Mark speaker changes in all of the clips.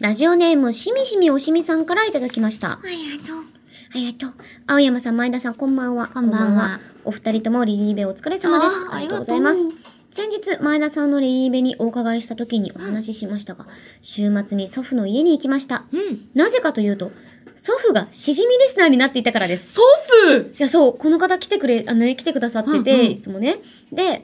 Speaker 1: ラジオネーム、しみしみおしみさんからいただきました。
Speaker 2: はい、あの、
Speaker 1: ありがとう。青山さん、前田さん、こんばんは。
Speaker 2: こんばんは。
Speaker 1: お二人ともリリーベお疲れ様です。ありがとうございます。先日、前田さんのリリーベにお伺いした時にお話ししましたが、週末に祖父の家に行きました。
Speaker 2: うん。
Speaker 1: なぜかというと、祖父がしじみリスナーになっていたからです。
Speaker 2: 祖父
Speaker 1: じゃあそう、この方来てくれ、あのね、来てくださってて、
Speaker 2: うんうん
Speaker 1: いつもね。で、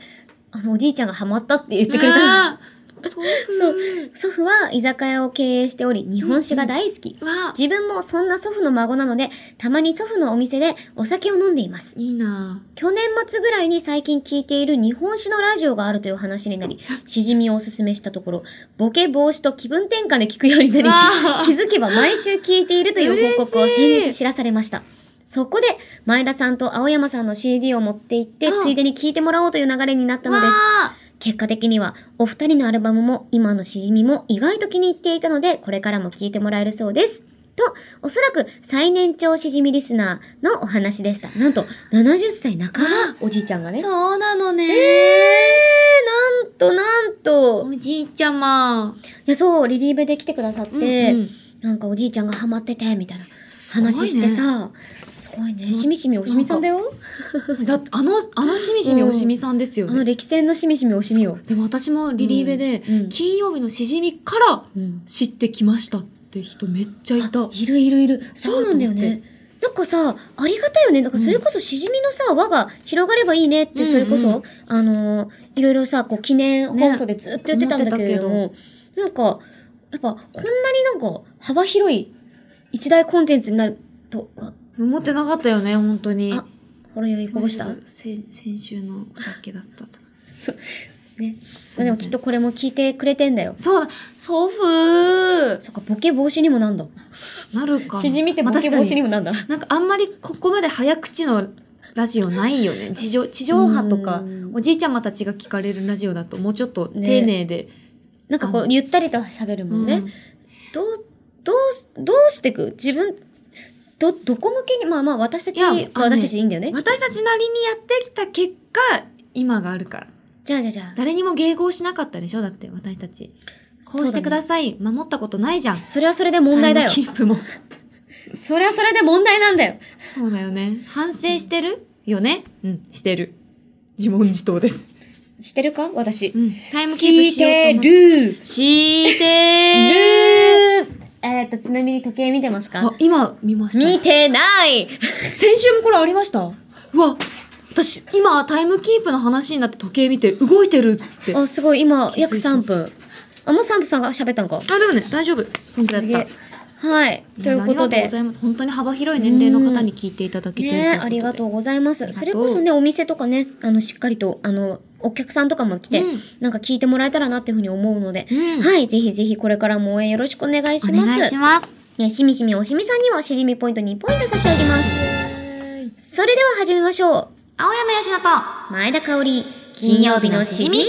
Speaker 1: あの、おじいちゃんがハマったって言ってくれた。
Speaker 2: わあ祖父
Speaker 1: 祖父は居酒屋を経営しており、日本酒が大好き。
Speaker 2: わあ
Speaker 1: 自分もそんな祖父の孫なので、たまに祖父のお店でお酒を飲んでいます。
Speaker 2: いいな
Speaker 1: 去年末ぐらいに最近聞いている日本酒のラジオがあるという話になり、しじみをおすすめしたところ、ボケ防止と気分転換で聞くようになり、
Speaker 2: わあ
Speaker 1: 気づけば毎週聞いているという報告を
Speaker 2: 嬉しい
Speaker 1: 先日知らされました。そこで、前田さんと青山さんの CD を持って行って、
Speaker 2: うん
Speaker 1: ついでに聞いてもらおうという流れになったのです。
Speaker 2: わ
Speaker 1: 結果的には、お二人のアルバムも、今のしじみも意外と気に入っていたので、これからも聞いてもらえるそうです。と、おそらく最年長しじみリスナーのお話でした。なんと、70歳半ば、おじいちゃんが
Speaker 2: あ
Speaker 1: ね。
Speaker 2: そうなの
Speaker 1: えー、
Speaker 2: ね。
Speaker 1: なんとなんと。
Speaker 2: おじいちゃま。
Speaker 1: いや、そう、リリーベで来てくださって、
Speaker 2: うんうん
Speaker 1: なんかおじいちゃんがハマってて、みたいな
Speaker 2: すごいね
Speaker 1: 話してさ、すごいね。しみしみおしみさんだよ。
Speaker 2: だってあの、あのしみしみおしみさんですよ
Speaker 1: あの
Speaker 2: ね。
Speaker 1: 歴戦のしみしみおしみを。
Speaker 2: でも私もリリーベで、
Speaker 1: うんうん
Speaker 2: 金曜日のしじみから
Speaker 1: うん
Speaker 2: 知ってきましたって人めっちゃいた。
Speaker 1: いるいるいる。そうなんだよね。なんかさ、ありがたいよね。なんかそれこそしじみのさ、輪が広がればいいねって、それこそ、
Speaker 2: うんうん
Speaker 1: あのーいろいろさ、こう記念放送でずっと言ってたんだけれど
Speaker 2: 思
Speaker 1: も、なんか、やっぱこんなになんか幅広い一大コンテンツになると、あ、
Speaker 2: 思ってなかったよね、本当に。
Speaker 1: あほろ酔いこぼした。ね、
Speaker 2: 先先週のお酒だったと。
Speaker 1: まあでもきっとこれも聞いてくれてんだよ。
Speaker 2: そうだ、祖父
Speaker 1: そっか、ボケ防止にもなんだ。
Speaker 2: なるかな。
Speaker 1: しじみってボ
Speaker 2: まあ
Speaker 1: ケ
Speaker 2: 確
Speaker 1: 防
Speaker 2: か
Speaker 1: 止に
Speaker 2: に。
Speaker 1: もなんだ。
Speaker 2: なんかあんまりここまで早口のラジオないよね。地上、地上波とか
Speaker 1: うん、
Speaker 2: おじいちゃまたちが聞かれるラジオだともうちょっと丁寧で。
Speaker 1: なんかこう、ゆったりと喋るもんね。
Speaker 2: うん
Speaker 1: どう、どう、どうしてく自分、ど、どこ向けに、まあまあ私たち、
Speaker 2: いやあのね
Speaker 1: 私たちでいいんだよね。
Speaker 2: 私たちなりにやってきた結果、今があるから。
Speaker 1: じゃあじゃあじゃあ。
Speaker 2: 誰にも迎合しなかったでしょだって私たち。こうしてくだ
Speaker 1: さ
Speaker 2: さい。守ったことないじゃん。
Speaker 1: い。それはそれで問題だよ
Speaker 2: タ。イムキープも。
Speaker 1: それはそれで問題なんだよ。
Speaker 2: そうだよね。反省してるよねうん、してる。自問自答です。
Speaker 1: してるか私。
Speaker 2: うん、タイムキープ
Speaker 1: し
Speaker 2: しよう
Speaker 1: て
Speaker 2: と思って。
Speaker 1: る。
Speaker 2: してる
Speaker 1: えっと、ちなみに時計見てます
Speaker 2: あ
Speaker 1: か、
Speaker 2: 今見ました。
Speaker 1: 見てない
Speaker 2: 先週もこれありましたうわ、私、今、タイムキープの話になって時計見て、動いてるって。あ、
Speaker 1: あ、すごい、今、約
Speaker 2: 気づいた
Speaker 1: 3分。あ、もう3分さんが喋ったんか
Speaker 2: でもね、大丈夫。そんくらいだった
Speaker 1: す。はい。という
Speaker 2: やあ
Speaker 1: こ
Speaker 2: り
Speaker 1: と
Speaker 2: がとうご
Speaker 1: で。
Speaker 2: ざいます。本当に幅広い年齢の方に聞いていただけて
Speaker 1: ねありがとうございま
Speaker 2: あ
Speaker 1: す。
Speaker 2: りが
Speaker 1: そ
Speaker 2: とう
Speaker 1: れこそね、お店とかね、あの、しっかりと、あの、お客さんとかも来て、
Speaker 2: うん
Speaker 1: なんか聞いてもらえたらなっていうふうに思うので、
Speaker 2: うん
Speaker 1: はい、ぜひぜひこれからも応援よろしくお願いし
Speaker 2: お
Speaker 1: ます。
Speaker 2: 願いします。
Speaker 1: ね、しみしみおしみさんにもしじみポイント2ポイント差し上げます。それでは始めましょう。
Speaker 2: 青山よしと。
Speaker 1: 前田香織、金曜日のしじみ。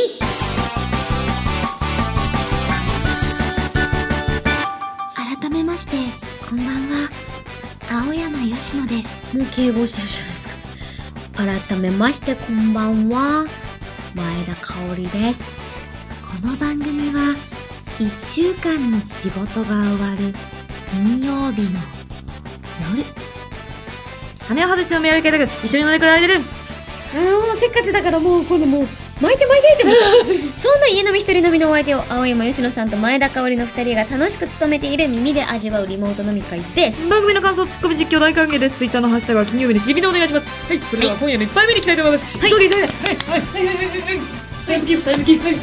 Speaker 2: 改めまして、こんばんは。青山よしのです。
Speaker 1: もう敬語してるじゃないですか。改めまして、こんばんは。前田香織です。
Speaker 2: この番組は1週間の仕事が終わる金曜日の夜羽を外してお見合いを受けたく一緒に乗りくられてる
Speaker 1: あーもうせっかちだからもうこのもう巻いて巻いてって思ったそんな家飲み一人飲みのお相手を青山佳乃さんと前田香織の二人が楽しく務めている耳で味わうリモート飲み会です
Speaker 2: 番組の感想ツッコミ実況大歓迎ですツイッターのハッシュタグは金曜日にしびでお願いしますはいそれでは今夜の一杯目に行きたいと思います、急げ急げはいはいはいはいはいはいタイムキープタイムキープはい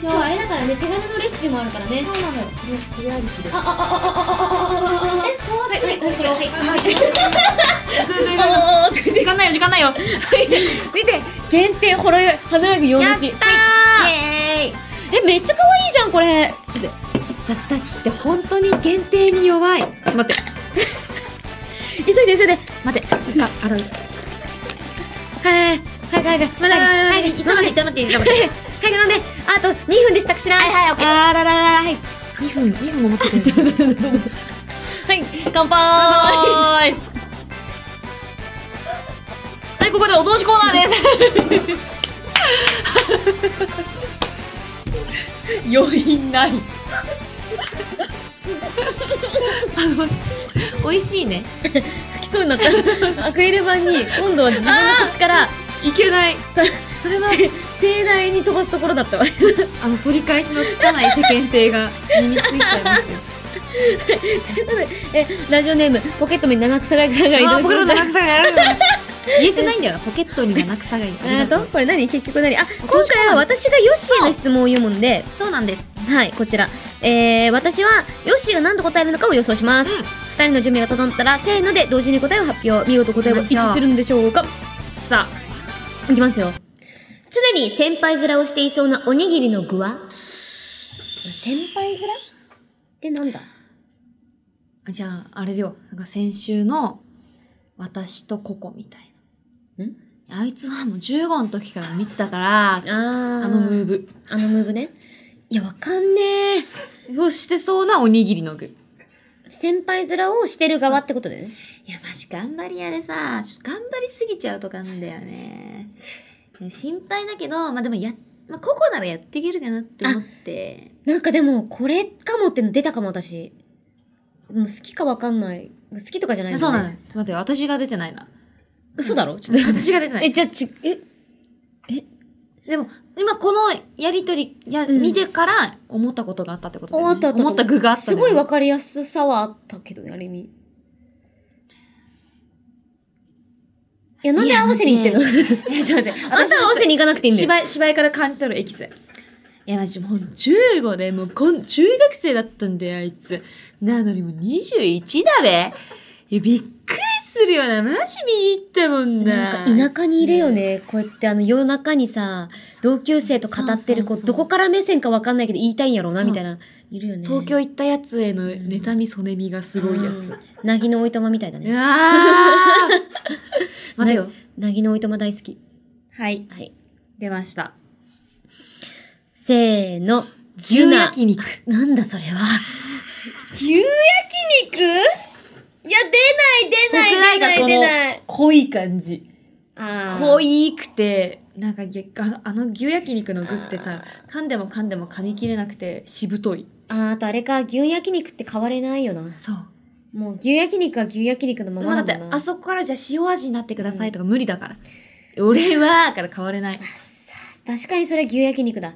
Speaker 1: 今日あれだからね手紙のレシピもあるからねそうなのよそれありきであああああああああああああえ変わってはいはいこれはいああー
Speaker 2: 時間ないよ時間ないよやっ
Speaker 1: 見て限定ほろよ花より4
Speaker 2: た
Speaker 1: 文
Speaker 2: ー
Speaker 1: 字えめっちゃ可愛いじゃんこれちょっと待って
Speaker 2: 私たちって本当に限定に弱いちょっと待って
Speaker 1: 急いで急いで
Speaker 2: 待って一回洗う
Speaker 1: はいはいはいはいはいはいはい
Speaker 2: 飲んで飲んで飲んで
Speaker 1: はい早く飲んであと2分で支度しないはいはいあららららはい
Speaker 2: 2分2分も持ってたよ
Speaker 1: はい乾杯
Speaker 2: はいはいここでお通しコーナーです余韻ない美味しいね。
Speaker 1: 吐きそうになった。アクエル板に、今度は自分の口から、
Speaker 2: いけない。それは、
Speaker 1: せ盛大に飛ばすところだったわ。
Speaker 2: あの、取り返しのつかない世間体が身についちゃいますよ。
Speaker 1: ということでえ、ラジオネーム、ポケットに七草がいさんがい
Speaker 2: あ
Speaker 1: た
Speaker 2: ー、
Speaker 1: だきま
Speaker 2: 僕の
Speaker 1: した
Speaker 2: 七草がやる言えてないんだよな。ポケットに七草がいる。
Speaker 1: えーと、これ何結局何あ、今
Speaker 2: 私か
Speaker 1: 回
Speaker 2: ら
Speaker 1: は私がヨッシーの質問を読むんで、
Speaker 2: そうなんです。
Speaker 1: はい、こちら。えー、私は、ヨッシーが何と答えるのかを予想します。
Speaker 2: うん
Speaker 1: 二人の準備が整ったら、せーので同時に答えを発表。見事答えは
Speaker 2: 行き
Speaker 1: 一
Speaker 2: ましょう
Speaker 1: 致するんでしょうか
Speaker 2: さ
Speaker 1: いきますよ。常に先輩面をしていそうなおにぎりの具は先輩面ってなんだ
Speaker 2: あ、じゃあ、あれだよ。なんか先週の、私とココみたいな。
Speaker 1: ん
Speaker 2: あいつはもう15の時から見てたから、
Speaker 1: あー
Speaker 2: あのムーブ。
Speaker 1: あのムーブね。いや、わかんね
Speaker 2: をしてそうなおにぎりの具。
Speaker 1: え。先輩面をしてる側ってことだよね。
Speaker 2: いや、マジ頑張り屋でさ、ちょっと頑張りすぎちゃうとかなんだよね。いや心配だけど、まあ、でもや、まあ、ココならやっていけるかなって思って。
Speaker 1: なんかでも、これかもっての出たかも、私。もう好きかわかんない。好きとかじゃない
Speaker 2: あ
Speaker 1: ん
Speaker 2: そう
Speaker 1: よ
Speaker 2: なの。ちょっと待ってよ、私が出てないな。
Speaker 1: 嘘だろちょっと。
Speaker 2: 私が出て な
Speaker 1: え、
Speaker 2: い。
Speaker 1: じゃあち、え、
Speaker 2: でも、今このやりとり、
Speaker 1: う
Speaker 2: や、
Speaker 1: ん
Speaker 2: 見てから思ったことがあったってことだよね。
Speaker 1: あったあった。
Speaker 2: 思った具があった、
Speaker 1: すごいわ
Speaker 2: か
Speaker 1: かりやすさはあったけどね、ある意味。いや、なんで合わせに行ってんの
Speaker 2: いや、ちょっと待って。
Speaker 1: あんたは合わせに行かなくていいんだよ。
Speaker 2: 芝居、芝居から感じたるエキス。いや、マジもう15で、もうこん、中学生だったんだよ、あいつ。なのにもう21だべ。いや、びっくりするよな。マジビビったもんな。
Speaker 1: なんか田舎にいるよ。ね。こうやってあの夜中にさ、同級生と語ってる
Speaker 2: そ
Speaker 1: 子、
Speaker 2: うそうそう
Speaker 1: どこから目線かわかんないけど言いたいんやろうな、
Speaker 2: そう
Speaker 1: みたいな。いるよね。
Speaker 2: 東京行ったやつへの妬み、そねみがすごいや
Speaker 1: うん
Speaker 2: つ。
Speaker 1: なぎのおいとまみたいだ
Speaker 2: う
Speaker 1: ね。
Speaker 2: わー 待てよ。
Speaker 1: なぎのおいとま大好き。
Speaker 2: はい、
Speaker 1: はい。
Speaker 2: 出ました。
Speaker 1: せーの。
Speaker 2: 牛焼肉。
Speaker 1: なんだそれは。
Speaker 2: 牛焼肉
Speaker 1: いや、出ない、出ない、出ない、出ない。
Speaker 2: 濃い感じ。
Speaker 1: あー
Speaker 2: 濃いくて、なんかげああの牛焼肉の具ってさ、噛んでも噛んでも噛み切れなくて、しぶとい。
Speaker 1: あーあとあれか、牛焼肉って変われないよな。
Speaker 2: そう。
Speaker 1: もう牛焼肉は牛焼肉のま
Speaker 2: もう
Speaker 1: まな
Speaker 2: だっ
Speaker 1: ん
Speaker 2: て、
Speaker 1: だな。
Speaker 2: あそこからじゃあ塩味になってくださいとか無理だから。俺は、から変われない。
Speaker 1: 確かにそれ牛焼肉だ。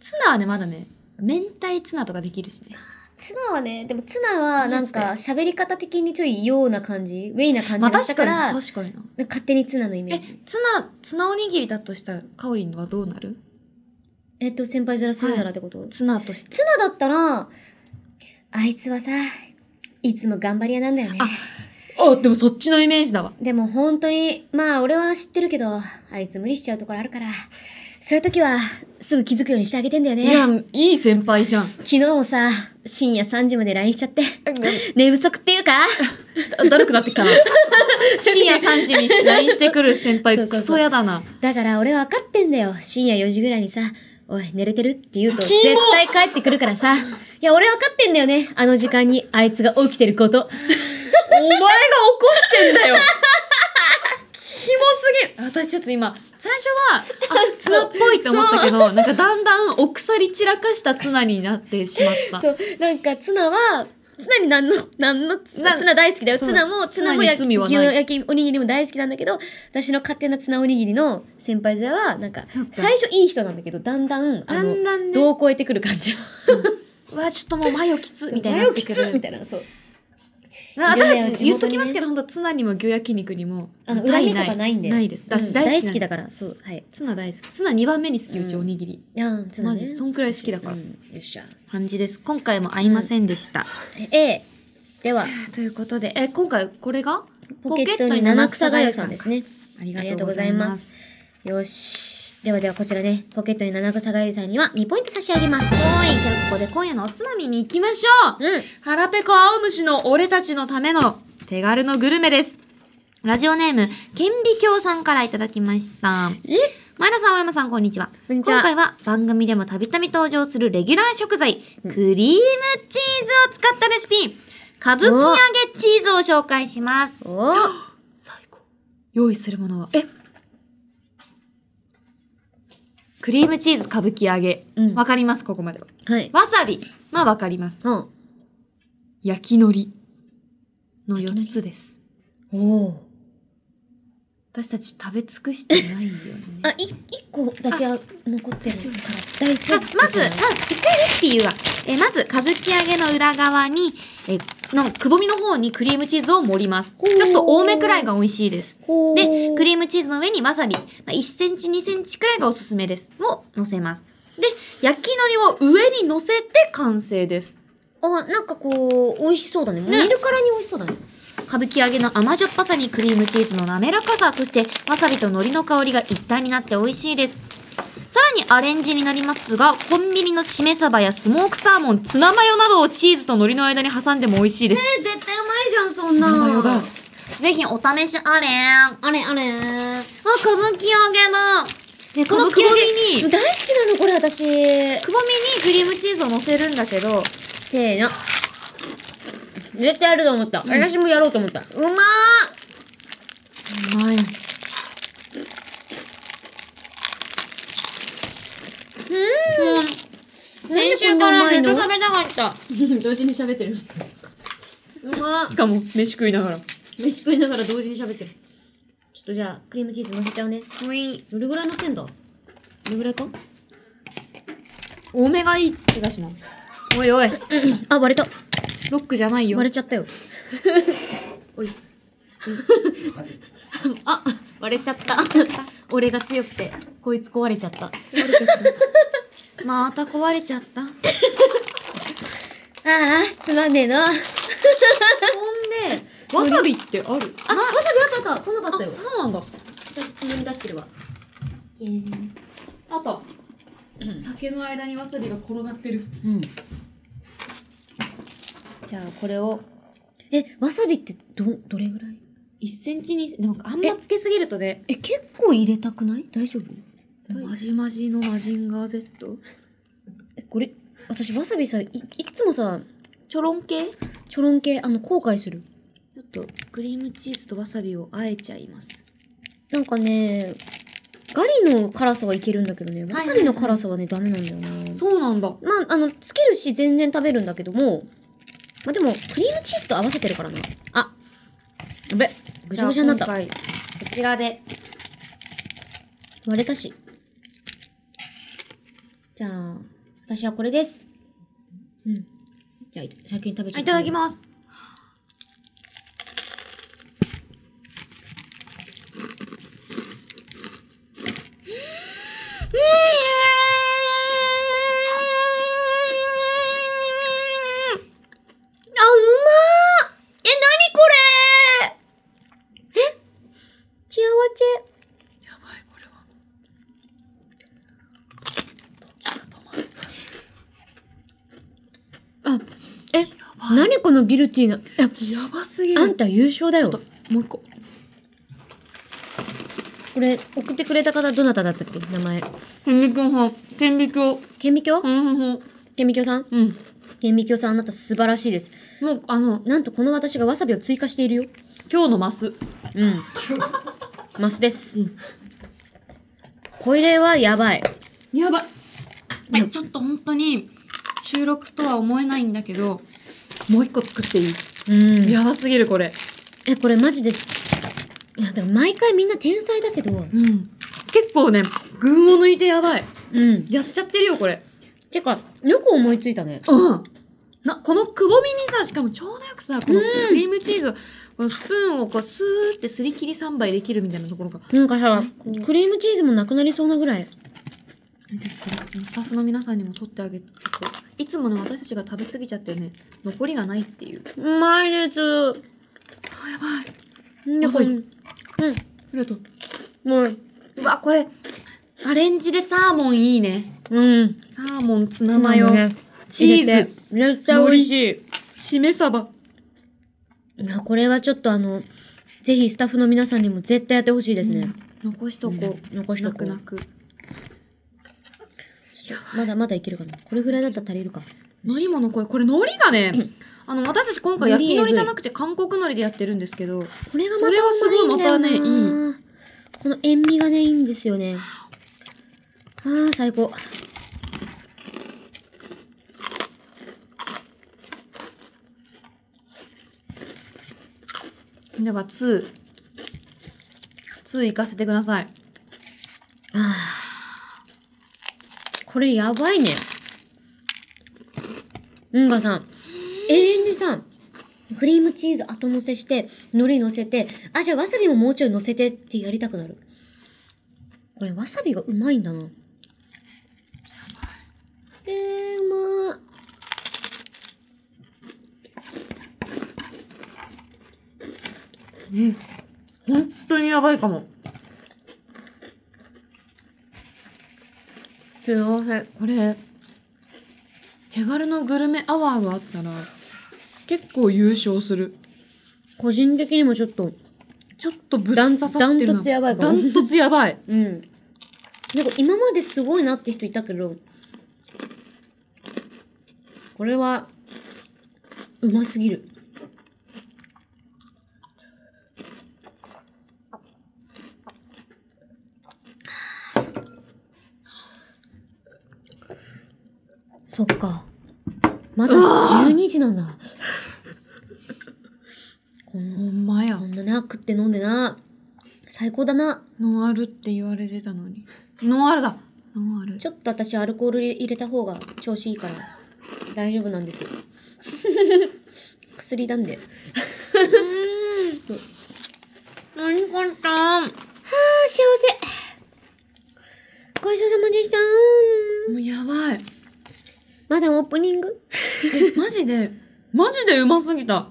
Speaker 2: ツナはね、まだね、明太ツナとかできるしね。
Speaker 1: ツナはね、でもツナはなんか
Speaker 2: なん
Speaker 1: 喋り方的にちょいような感じ、ウェイな感
Speaker 2: ま
Speaker 1: じ
Speaker 2: あ
Speaker 1: がした
Speaker 2: 確か
Speaker 1: か
Speaker 2: に、
Speaker 1: ら、
Speaker 2: 確かにな。
Speaker 1: 勝手にツナのイメ
Speaker 2: え
Speaker 1: ージ。、
Speaker 2: ツナ、ツナおにぎりだとしたら、カオリンはどうなる
Speaker 1: えっと、先輩面するならってこと、
Speaker 2: ツナとして。
Speaker 1: ツナだったら、あいつはさ、いつも頑張り屋なんだよね。
Speaker 2: ああ、でもそっちのイメージだわ。
Speaker 1: でも本当に、まあ俺は知ってるけど、あいつ無理しちゃうところあるから、そういう時はすぐ気づくようにしてあげてんだよね。
Speaker 2: いや、いい先輩じゃん。
Speaker 1: 昨日もさ、深夜3時まで LINE しちゃって、寝不足っていうか、
Speaker 2: だだるくなってきたな。深夜3時に LINE してくる先輩、
Speaker 1: そうそ
Speaker 2: ク
Speaker 1: うそう
Speaker 2: ソやだな。
Speaker 1: だから俺は分かってんだよ。深夜4時ぐらいにさ、おい、寝れてるって言うと、
Speaker 2: キモ
Speaker 1: 絶対帰ってくるからさ。いや、俺分かってんだよね。あの時間に、あいつが起きてること。
Speaker 2: お前が起こしてん だよ。キモすぎる。私ちょっと今、最初は、あ、ツナっぽいって思ったけど、なんかだんだんお鎖散らかしたツナになってしまった。
Speaker 1: そう、なんかツナは、ツナになんの、なんの、ツ
Speaker 2: な
Speaker 1: ナツナ大好きだよ。
Speaker 2: そう
Speaker 1: ツナも、ツナも
Speaker 2: ツナに
Speaker 1: 焼き
Speaker 2: 罪は
Speaker 1: 牛
Speaker 2: ない
Speaker 1: 焼きおにぎりも大好きなんだけど、私の勝手なツナおにぎりの先輩面は、なんか
Speaker 2: そっ、か
Speaker 1: 最初いい人なんだけど、だんだん、あ
Speaker 2: だ
Speaker 1: の
Speaker 2: ん、だんね、
Speaker 1: 度を超えてくる感じ。
Speaker 2: うわ、ちょっともうマヨきつ、みたいに
Speaker 1: 前
Speaker 2: な
Speaker 1: を
Speaker 2: って
Speaker 1: き
Speaker 2: く
Speaker 1: つみ
Speaker 2: る。
Speaker 1: たいな、そう。
Speaker 2: まあ
Speaker 1: いるんだよ
Speaker 2: 私たち言っ
Speaker 1: 地元
Speaker 2: と
Speaker 1: に
Speaker 2: き
Speaker 1: ね
Speaker 2: ますけど、本当ツナにも牛焼肉にも、
Speaker 1: あの、
Speaker 2: な
Speaker 1: 恨
Speaker 2: い
Speaker 1: みとかないんだよ。
Speaker 2: ないです。だ
Speaker 1: う
Speaker 2: し
Speaker 1: ん
Speaker 2: 大好
Speaker 1: 大
Speaker 2: き
Speaker 1: 好
Speaker 2: なん
Speaker 1: きだか
Speaker 2: で
Speaker 1: ら、そう、はい。
Speaker 2: ツナ大好き。ツナ2番目に好き、うち
Speaker 1: うん
Speaker 2: おにぎり。
Speaker 1: いやー、ツナ
Speaker 2: マ
Speaker 1: ね
Speaker 2: ジ、。そんくらい好きだから
Speaker 1: う。んよっしゃ。
Speaker 2: 感じです。今回も合いませんでした。
Speaker 1: A では
Speaker 2: ということで、え、今回これが
Speaker 1: ポケットに七草がゆさんですね
Speaker 2: あり
Speaker 1: が
Speaker 2: が
Speaker 1: と
Speaker 2: と
Speaker 1: う
Speaker 2: う
Speaker 1: ご
Speaker 2: ご
Speaker 1: ざ
Speaker 2: ざ
Speaker 1: い
Speaker 2: い
Speaker 1: ま
Speaker 2: ますす。
Speaker 1: よしではではこちらねポケットに七草がゆさんには2ポイント差し上げます
Speaker 2: はい、じゃあここで今夜のおつまみに行きましょう
Speaker 1: うん
Speaker 2: 腹ペコ青虫の俺たちのための手軽のグルメです。ラジオネーム、顕微鏡さんからいただきました。
Speaker 1: え
Speaker 2: 前田さん、青山さん、こんにちは。
Speaker 1: こんにちは
Speaker 2: 今回は番組でもたびたび登場するレギュラー食材、クリームチーズを使ったレシピ、歌舞伎揚げチーズを紹介します。
Speaker 1: おお
Speaker 2: 最高。用意するものは、えクリームチーズ歌舞伎揚げ。
Speaker 1: うん。
Speaker 2: わかります、ここまでは。
Speaker 1: はい。
Speaker 2: わさび。まあわかります。
Speaker 1: うん。
Speaker 2: 焼き海苔の
Speaker 1: 焼き海苔
Speaker 2: 4つです。
Speaker 1: おお。。
Speaker 2: 私たち食べ尽くしてないよね
Speaker 1: あ、い、一個だけは残ってるから大丈
Speaker 2: あ
Speaker 1: 夫。
Speaker 2: まず、まず、一回レシピ言うわ。えーまず、歌舞伎揚げの裏側に、えーの、くぼみの方にクリームチーズを盛ります。
Speaker 1: ほう
Speaker 2: ちょっと多めくらいが美味しいです。
Speaker 1: ほー、
Speaker 2: で、クリームチーズの上にわさび、まあ、1センチ、2センチくらいがおすすめです。を乗せます。で、焼き海苔を上に乗せて完成です。
Speaker 1: あ、なんかこう、美味しそうだね。もう
Speaker 2: ね
Speaker 1: 見るからに美味しそうだね。
Speaker 2: 歌舞伎揚げの甘じょっぱさにクリームチーズの滑らかさ、そしてわさびと海苔の香りが一体になって美味しいです。さらにアレンジになりますが、コンビニのしめ鯖やスモークサーモン、ツナマヨなどをチーズと海苔の間に挟んでも美味しいです。
Speaker 1: え、絶対うまいじゃん、そ
Speaker 2: ツナマヨだぜひお試しあれあ、
Speaker 1: あれあれね、
Speaker 2: 歌舞伎揚げだ
Speaker 1: この
Speaker 2: このくぼ
Speaker 1: くぼ
Speaker 2: みに
Speaker 1: み大好きなの、これ私。せ
Speaker 2: くぼみにクリームチーズを乗せるんだけど、
Speaker 1: ーの。絶対やると思った。
Speaker 2: ん
Speaker 1: 私もやろうと思った。うまー
Speaker 2: うまい。もう、先週からずっと食べたかった。
Speaker 1: うん。 同時に喋ってる。うま
Speaker 2: しかも、飯食いながら。
Speaker 1: 飯食いながら同時に喋ってる。ちょっとじゃあ、クリームチーズ乗せちゃうね。
Speaker 2: もういい。
Speaker 1: どれぐらい乗せんだどれぐらいか
Speaker 2: 多めがいいっつってたしな。おいおい、
Speaker 1: あ、割れた。
Speaker 2: ロックじゃないよ
Speaker 1: 割。れちゃったよ。
Speaker 3: おい。あ、割れちゃった。俺が強くて、こいつ壊れちゃった。
Speaker 2: また壊れちゃった。ほんで、
Speaker 1: ああ、つまんねえな。あ、わさ
Speaker 2: わさびってある
Speaker 3: あ、わさびあったあった。来なかったよ。
Speaker 2: そうなんだ。
Speaker 3: じゃあ、ちょっと飲み出してるわ。
Speaker 2: あと、酒の間にわさびが転がってる。
Speaker 3: うん。
Speaker 2: じゃあ、これを
Speaker 1: え、わさびってど、どれぐらい
Speaker 2: 1センチに、なんかあんまつけすぎるとね、
Speaker 1: え、結構入れたくない大丈夫え
Speaker 2: まじまじのマジンガー Z?
Speaker 1: え、これ、私わさびさ、い、いっつもさ、
Speaker 2: ちょろん系
Speaker 1: ちょろん系、あの、後悔する。
Speaker 2: ちょっとクリームチーズとわさびをあえちゃいます。
Speaker 1: なんかね、ガリの辛さはいけるんだけどね、わさびの辛さはね、ダメなんだよな。
Speaker 2: そうなんだ。
Speaker 1: まあ、あの、つけるし全然食べるんだけども、まあでも、クリームチーズと合わせてるからな。あ、やべ、ぐちゃぐちゃになった。
Speaker 2: じゃあ今回こちらで。
Speaker 1: 割れたし。じゃあ、私はこれです。うん。じゃあ、い先に食べちゃ
Speaker 2: いただき
Speaker 1: ま
Speaker 2: ます。
Speaker 1: す。あ、うまーえ、なにこれえチアワチェ。
Speaker 2: やばい、これは。
Speaker 1: あ、え、なにこのギルティーな。え、
Speaker 2: やばすぎ
Speaker 1: あんた優勝だよ。
Speaker 2: ちょっともう一個。
Speaker 1: これ、送ってくれた方どなただったっけ名前。
Speaker 2: 顕微鏡さん。顕微鏡。
Speaker 1: 顕微鏡
Speaker 2: うんうんうん。
Speaker 1: 顕微鏡さん
Speaker 2: うん。
Speaker 1: 顕微鏡さん、あなた素晴らしいです。
Speaker 2: もう、あの、
Speaker 1: なんとこの私がわさびを追加しているよ。
Speaker 2: 今日のマス。
Speaker 1: うん。マスです。
Speaker 2: うん
Speaker 1: これはやばい。
Speaker 2: やばい。え、ちょっと本当に、収録とは思えないんだけど、もう一個作っていい、
Speaker 1: うん。
Speaker 2: やばすぎる、これ。
Speaker 1: え、これマジで、いや、だから毎回みんな天才だけど、
Speaker 2: うん。結構ね、群を抜いてやばい。
Speaker 1: うん。
Speaker 2: やっちゃってるよ、これ。
Speaker 1: てか、よく思いついたね。
Speaker 2: うん。な、このくぼみにさ、しかもちょうどよくさ、このクリームチーズを、このスプーンをこう、スーってすり切り3杯できるみたいなところが。
Speaker 1: なんかさ
Speaker 2: 最、高
Speaker 1: クリームチーズもなくなりそうなぐらい。
Speaker 2: ちょっとスタッフの皆さんにも取ってあげて、こういつもね、私たちが食べ過ぎちゃってね、残りがないっていう。
Speaker 1: うまいです。
Speaker 2: あ、やばい。
Speaker 1: でこれうん。
Speaker 2: ありがとう。
Speaker 1: もう、
Speaker 2: うわ、これ、アレンジでサーモンいいね。
Speaker 1: うん。
Speaker 2: サーモン、ツナマヨ、
Speaker 1: ツナもね
Speaker 2: チー
Speaker 1: 入れて
Speaker 2: ズ、
Speaker 1: 絶対美味し
Speaker 2: しめ鯖。
Speaker 1: い。いや、これはちょっとあの、ぜひスタッフの皆さんにも絶対やってほしいですね。
Speaker 2: うん残しとこう。
Speaker 1: 残しと
Speaker 2: な
Speaker 1: こ
Speaker 2: く
Speaker 1: う
Speaker 2: なく。
Speaker 1: まだまだいけるかな。これぐらいだったら足りるか。
Speaker 2: 海苔ものこれ、これ海苔がね、あの、私たち今回焼き海苔じゃなくて韓国海苔でやってるんですけど、
Speaker 1: これがまたうまいんだよな。
Speaker 2: それがすごいまたね
Speaker 1: この塩味がね、いいんですよね。あー、最高。
Speaker 2: では、2。2行かせてください。
Speaker 1: これやばいね。うんがさん、永遠にさ、クリームチーズ後乗せして、海苔乗せて、あ、じゃあわさびももうちょい乗せてってやりたくなる。これわさびがうまいんだな。やばい。えー、うまい。
Speaker 2: うん。本当にやばいかも。すいません。これ、手軽のグルメアワーがあったら、結構優勝する。
Speaker 1: 個人的にもちょっと、
Speaker 2: ちょっとぶっ刺さってるな。
Speaker 1: ダントツやばいかも
Speaker 2: ダントツやばい。
Speaker 1: うん。なんか今まですごいなって人いたけど、これは、うますぎる。そっか。まだ12時なんだ。こ
Speaker 2: ほ
Speaker 1: ん
Speaker 2: んまや
Speaker 1: こ。んなな、食って飲んでな。最高だな。
Speaker 2: ノンアルって言われてたのに。ノンアルだノ ンアル。
Speaker 1: ちょっと私アルコール入れた方が調子いいから大丈夫なんですよ。薬なんで。
Speaker 2: 何これたも
Speaker 1: あー幸せ。ごちそうさまでした。
Speaker 2: うやばい。
Speaker 1: まだオープニング
Speaker 2: え、マジで、マジでうますぎた。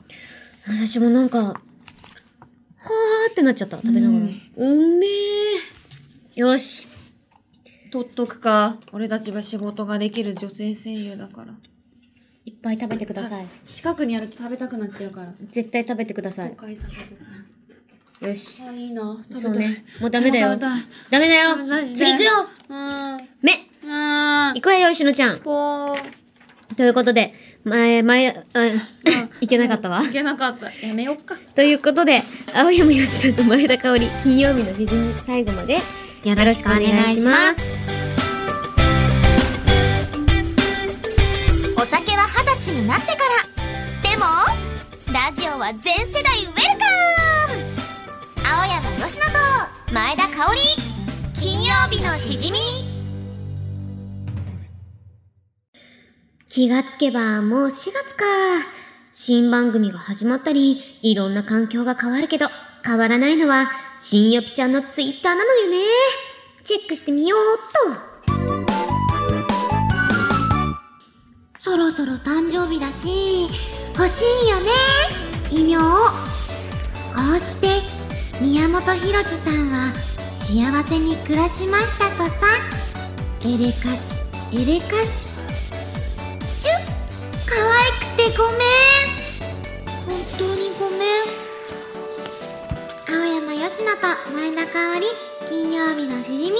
Speaker 1: 私もなんか、はーってなっちゃった。食べながら。うん、めー。よし。
Speaker 2: 取っとくか。俺たちは仕事ができる女性声優だから。
Speaker 1: いっぱい食べてください。
Speaker 2: 近くにあると食べたくなっちゃうから。
Speaker 1: 絶対食べてくださ
Speaker 2: そう
Speaker 1: い。
Speaker 2: かいさかとか
Speaker 1: よし。
Speaker 2: あ、いいな。食べたい。
Speaker 1: そうね。もうダメだよ。
Speaker 2: もう食べたい
Speaker 1: ダメだよ
Speaker 2: 食べさせ。て
Speaker 1: 次行くよ
Speaker 2: うーん。う
Speaker 1: 目
Speaker 2: ーん。
Speaker 1: 行くわよ、しのちゃん。
Speaker 2: ぽー。
Speaker 1: ということで、前、前、うん、 いけなかったわ
Speaker 2: い。けなかった。やめよっか。
Speaker 1: ということで、青山よしと前田香織、金曜日のしじみ最後までよ
Speaker 2: よ
Speaker 1: ろしくお願いします。。
Speaker 4: お酒は二十歳になってからでもラジオは全世代ウェルカム青山佳乃と前田香織金曜日のしじみ
Speaker 1: 気がつけばもう4月か。新番組が始まったり、いろんな環境が変わるけど、変わらないのは、新よぴちゃんのツイッターなのよね。チェックしてみようっと。
Speaker 4: そろそろ誕生日だし欲しいよね異名こうして宮本浩次さんは幸せに暮らしましたとさエレカシエレカシチュッ可愛くてごめん本当にごめん青山佳乃と前田香織金曜日のしじみ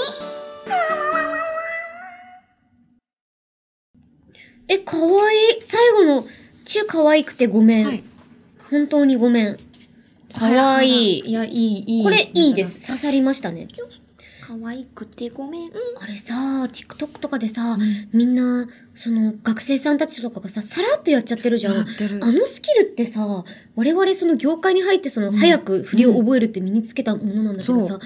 Speaker 1: え、かわいい。最後の、ちゅかわいくてごめん。
Speaker 2: はい
Speaker 1: 本当にごめん。かわい
Speaker 2: い
Speaker 1: い。
Speaker 2: や、いい、いい。
Speaker 1: これいいです。刺さりましたね。
Speaker 2: 可愛くてごめん。
Speaker 1: あれさ、TikTok とかでさ、みんな、その、学生さんたちとかがさ、さらっとやっちゃってるじゃん。
Speaker 2: ってる
Speaker 1: あのスキルってさ、我々その業界に入ってその、早く振りを覚えるって身につけたものなんだけどさ、
Speaker 2: そう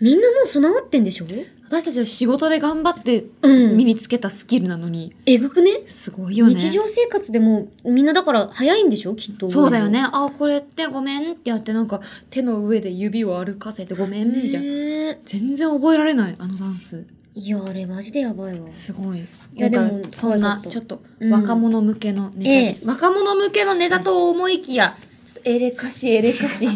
Speaker 1: みんなもう備わってんでしょ
Speaker 2: 私たちは仕事で頑張って
Speaker 1: うん
Speaker 2: 身につけたスキルなのに、
Speaker 1: えぐくね
Speaker 2: すごいよね。
Speaker 1: 日常生活でも、みんなだから早いんでしょきっと。
Speaker 2: そうだよね。。あ、これってごめんってやって、なんか手の上で指を歩かせてごめんみたいな。
Speaker 1: ねえ
Speaker 2: 全然覚えられない、あのダンス。
Speaker 1: いや、あれマジでやばいわ。
Speaker 2: すごい。
Speaker 1: いや
Speaker 2: 今回は
Speaker 1: でも
Speaker 2: そん
Speaker 1: 可愛
Speaker 2: な、
Speaker 1: かった
Speaker 2: ちょっと
Speaker 1: うん
Speaker 2: 若者向けのネタ、
Speaker 1: え
Speaker 2: 若者向けのネタと思いきや、ちょっとエレカシ、エレカシ。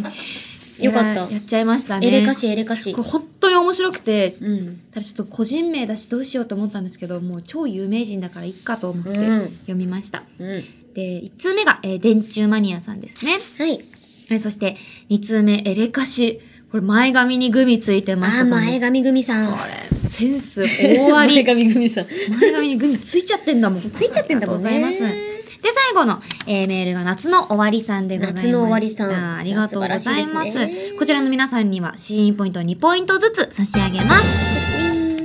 Speaker 1: よかった
Speaker 2: やっちゃいましたね。
Speaker 1: エレカシエレカシ
Speaker 2: こ。れ本当に面白くて、
Speaker 1: うん。
Speaker 2: ただちょっと個人名だしどうしようと思ったんですけど、もう超有名人だからいっかと思っ
Speaker 1: う
Speaker 2: て
Speaker 1: ん。
Speaker 2: 読みました。
Speaker 1: うん。
Speaker 2: で、1通目が、えー電柱マニアさんですね。
Speaker 1: はい。
Speaker 2: はい、そして、二通目、エレカシ。これ、前髪にグミついてまし
Speaker 1: あ、
Speaker 2: た。
Speaker 1: 前髪組さん
Speaker 2: こ。れ、セ ンス大あ
Speaker 1: 前
Speaker 2: り。
Speaker 1: 髪組さん。
Speaker 2: 前髪にグミついちゃってんだもん。
Speaker 1: ついちゃってんだもんね。
Speaker 2: ありがとうございます。で、最後の、えーメールが夏の終わりさんでございました。
Speaker 1: 夏の終わりさん
Speaker 2: ありがとうございます。
Speaker 1: 素晴らしいですね
Speaker 2: こちらの皆さんには、シーンポイント2ポイントずつ差し上げます。
Speaker 1: うーんは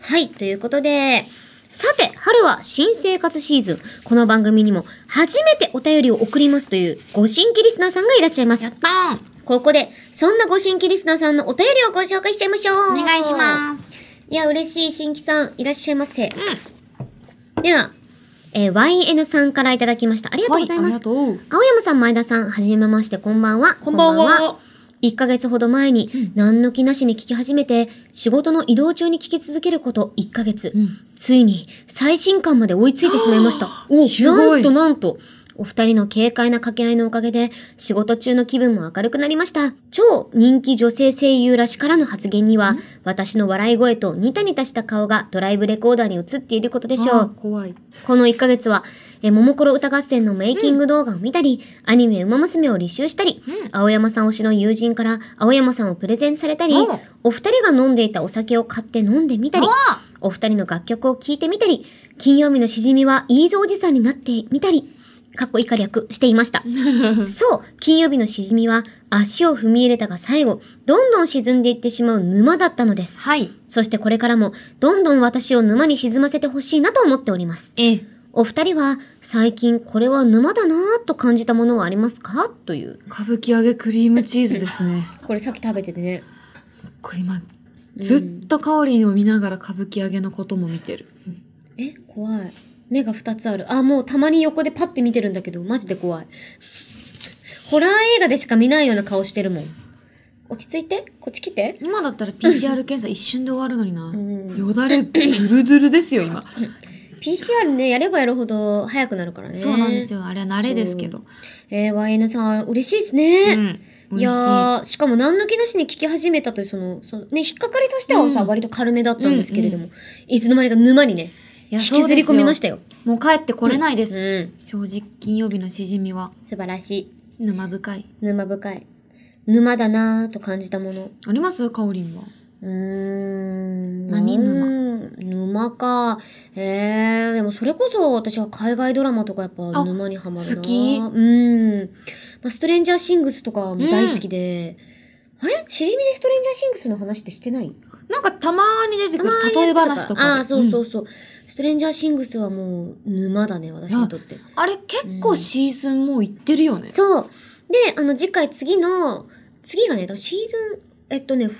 Speaker 1: はい、ということで、さて、春は新生活シーズン。この番組にも初めてお便りを送りますというご新規リスナーさんがいらっしゃいます。
Speaker 2: たー
Speaker 1: ここで、そんなご新規リスナーさんのお便りをご紹介しちゃいましょう。お
Speaker 4: お願いし
Speaker 1: す。
Speaker 4: ます。
Speaker 1: いや、嬉しい新規さん、いらっしゃいませ。では、えー YN さんからいただきました。ありがとうございます。
Speaker 2: とう。
Speaker 1: 青山さん、前田さん、はじめまして、こんばんは。
Speaker 2: こんばんは。
Speaker 1: 1ヶ月ほど前に、何の気なしに聞き始めて、仕事の移動中に聞き続けること1ヶ月。
Speaker 2: うん。
Speaker 1: ついに、最新刊まで追いついてしまいました。
Speaker 2: おす
Speaker 1: な
Speaker 2: ご
Speaker 1: ん
Speaker 2: い
Speaker 1: となんと、お二人の軽快な掛け合いのおかげで、仕事中の気分も明るくなりました。超人気女性声優らしからぬ発言には、私の笑い声とニタニタした顔がドライブレコーダーに映っていることでしょ
Speaker 2: あー
Speaker 1: う。
Speaker 2: 怖い。
Speaker 1: この1ヶ月は、えー、ももクロ歌合戦のメイキング動画を見たり、アニメウマ娘を履修したり、
Speaker 2: うん
Speaker 1: 青山さん推しの友人から青山さんをプレゼントされたり、
Speaker 2: お
Speaker 1: お二人が飲んでいたお酒を買って飲んでみたり、お二人の楽曲を聴いてみたり、金曜日のしじみはいいぞおじさんになってみたり、かっこ以下略していました。そう、金曜日のしじみは足を踏み入れたが最後、どんどん沈んでいってしまう沼だったのです。
Speaker 2: はい。
Speaker 1: そしてこれからも、どんどん私を沼に沈ませてほしいなと思っております。
Speaker 2: ええ。
Speaker 1: お二人は、最近これは沼だなぁと感じたものはありますかという。
Speaker 2: 歌舞伎揚げクリームチーズですね。
Speaker 1: これさっき食べててね。
Speaker 2: これ今、ずっとカオリンを見ながら歌舞伎揚げのことも見てる。
Speaker 1: え、怖い。目が二つある。あ、もうたまに横でパッて見てるんだけど、マジで怖い。 ホラー映画でしか見ないような顔してるもん。落ち着いてこっち来て。
Speaker 2: 今だったら PCR 検査一瞬で終わるのにな
Speaker 1: う。ん。
Speaker 2: よだれ、ドゥルドゥルですよ、今。
Speaker 1: PCR ね、やればやるほど早くなるからね。
Speaker 2: そうなんです
Speaker 1: よ。
Speaker 2: よ。あれは慣れですけど。
Speaker 1: えー、YN さん、嬉しいですね。
Speaker 2: うん。
Speaker 1: いやー、しかも何の気なしに聞き始めたという、その、そのね、引っかかりとしてはさ、
Speaker 2: うん
Speaker 1: 割と軽めだったんですけれども、いつの間にか沼にね、
Speaker 2: 引
Speaker 1: 引きずり込みましたよ。
Speaker 2: た。もう帰ってこれないで
Speaker 1: う
Speaker 2: す。
Speaker 1: ん。
Speaker 2: 正直、金曜日のしじみは
Speaker 1: 素晴らしい。
Speaker 2: 沼深い。
Speaker 1: 沼深い。沼だなーと感じたもの。
Speaker 2: ありますカオリンは。
Speaker 1: うーん。
Speaker 2: 何沼
Speaker 1: 沼か。えー、でもそれこそ私は海外ドラマとかやっぱ
Speaker 2: あ
Speaker 1: 沼にはまるな。
Speaker 2: 好き
Speaker 1: うん。まあ、ストレンジャーシングスとかも大好きで、あれしじみでストレンジャーシングスの話ってしてない
Speaker 2: なんかたまーに出てくる
Speaker 1: たまに
Speaker 2: 例え話とかで。。
Speaker 1: ああ、そうそううんそう。ストレンジャーシングスはもう沼だね、私にとって。
Speaker 2: あれ結構シーズンもういってるよね。
Speaker 1: そう。で、あの、次回次の、次がね、多分シーズン、えっとね、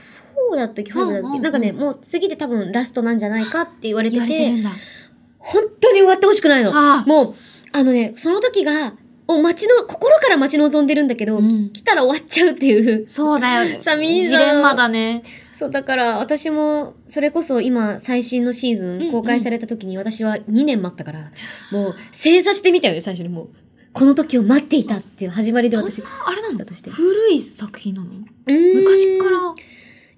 Speaker 1: 4だったっけ、5だった
Speaker 2: うん
Speaker 1: っ
Speaker 2: うん
Speaker 1: け、
Speaker 2: うん
Speaker 1: なんかね、もう次で多分ラストなんじゃないかって言われて
Speaker 2: 言わ
Speaker 1: て、
Speaker 2: れてるんだ。
Speaker 1: 本当に終わってほしくないの。
Speaker 2: ああ。
Speaker 1: もう、あのね、その時が、お待ちの、心から待ち望んでるんだけど、
Speaker 2: うん
Speaker 1: 来たら終わっちゃうっていう。
Speaker 2: そうだよね。
Speaker 1: 寂しい
Speaker 2: ジレンマだね。
Speaker 1: そう、だから私も、それこそ今、最新のシー
Speaker 2: うんう
Speaker 1: ズン
Speaker 2: ん
Speaker 1: 公開された時に私は2年待ったから、もう、正座してみたよね、最初にもう。この時を待っていたっていう始まりで私、
Speaker 2: あれなの
Speaker 1: だとして。
Speaker 2: 古い作品なの
Speaker 1: 昔
Speaker 2: 昔から。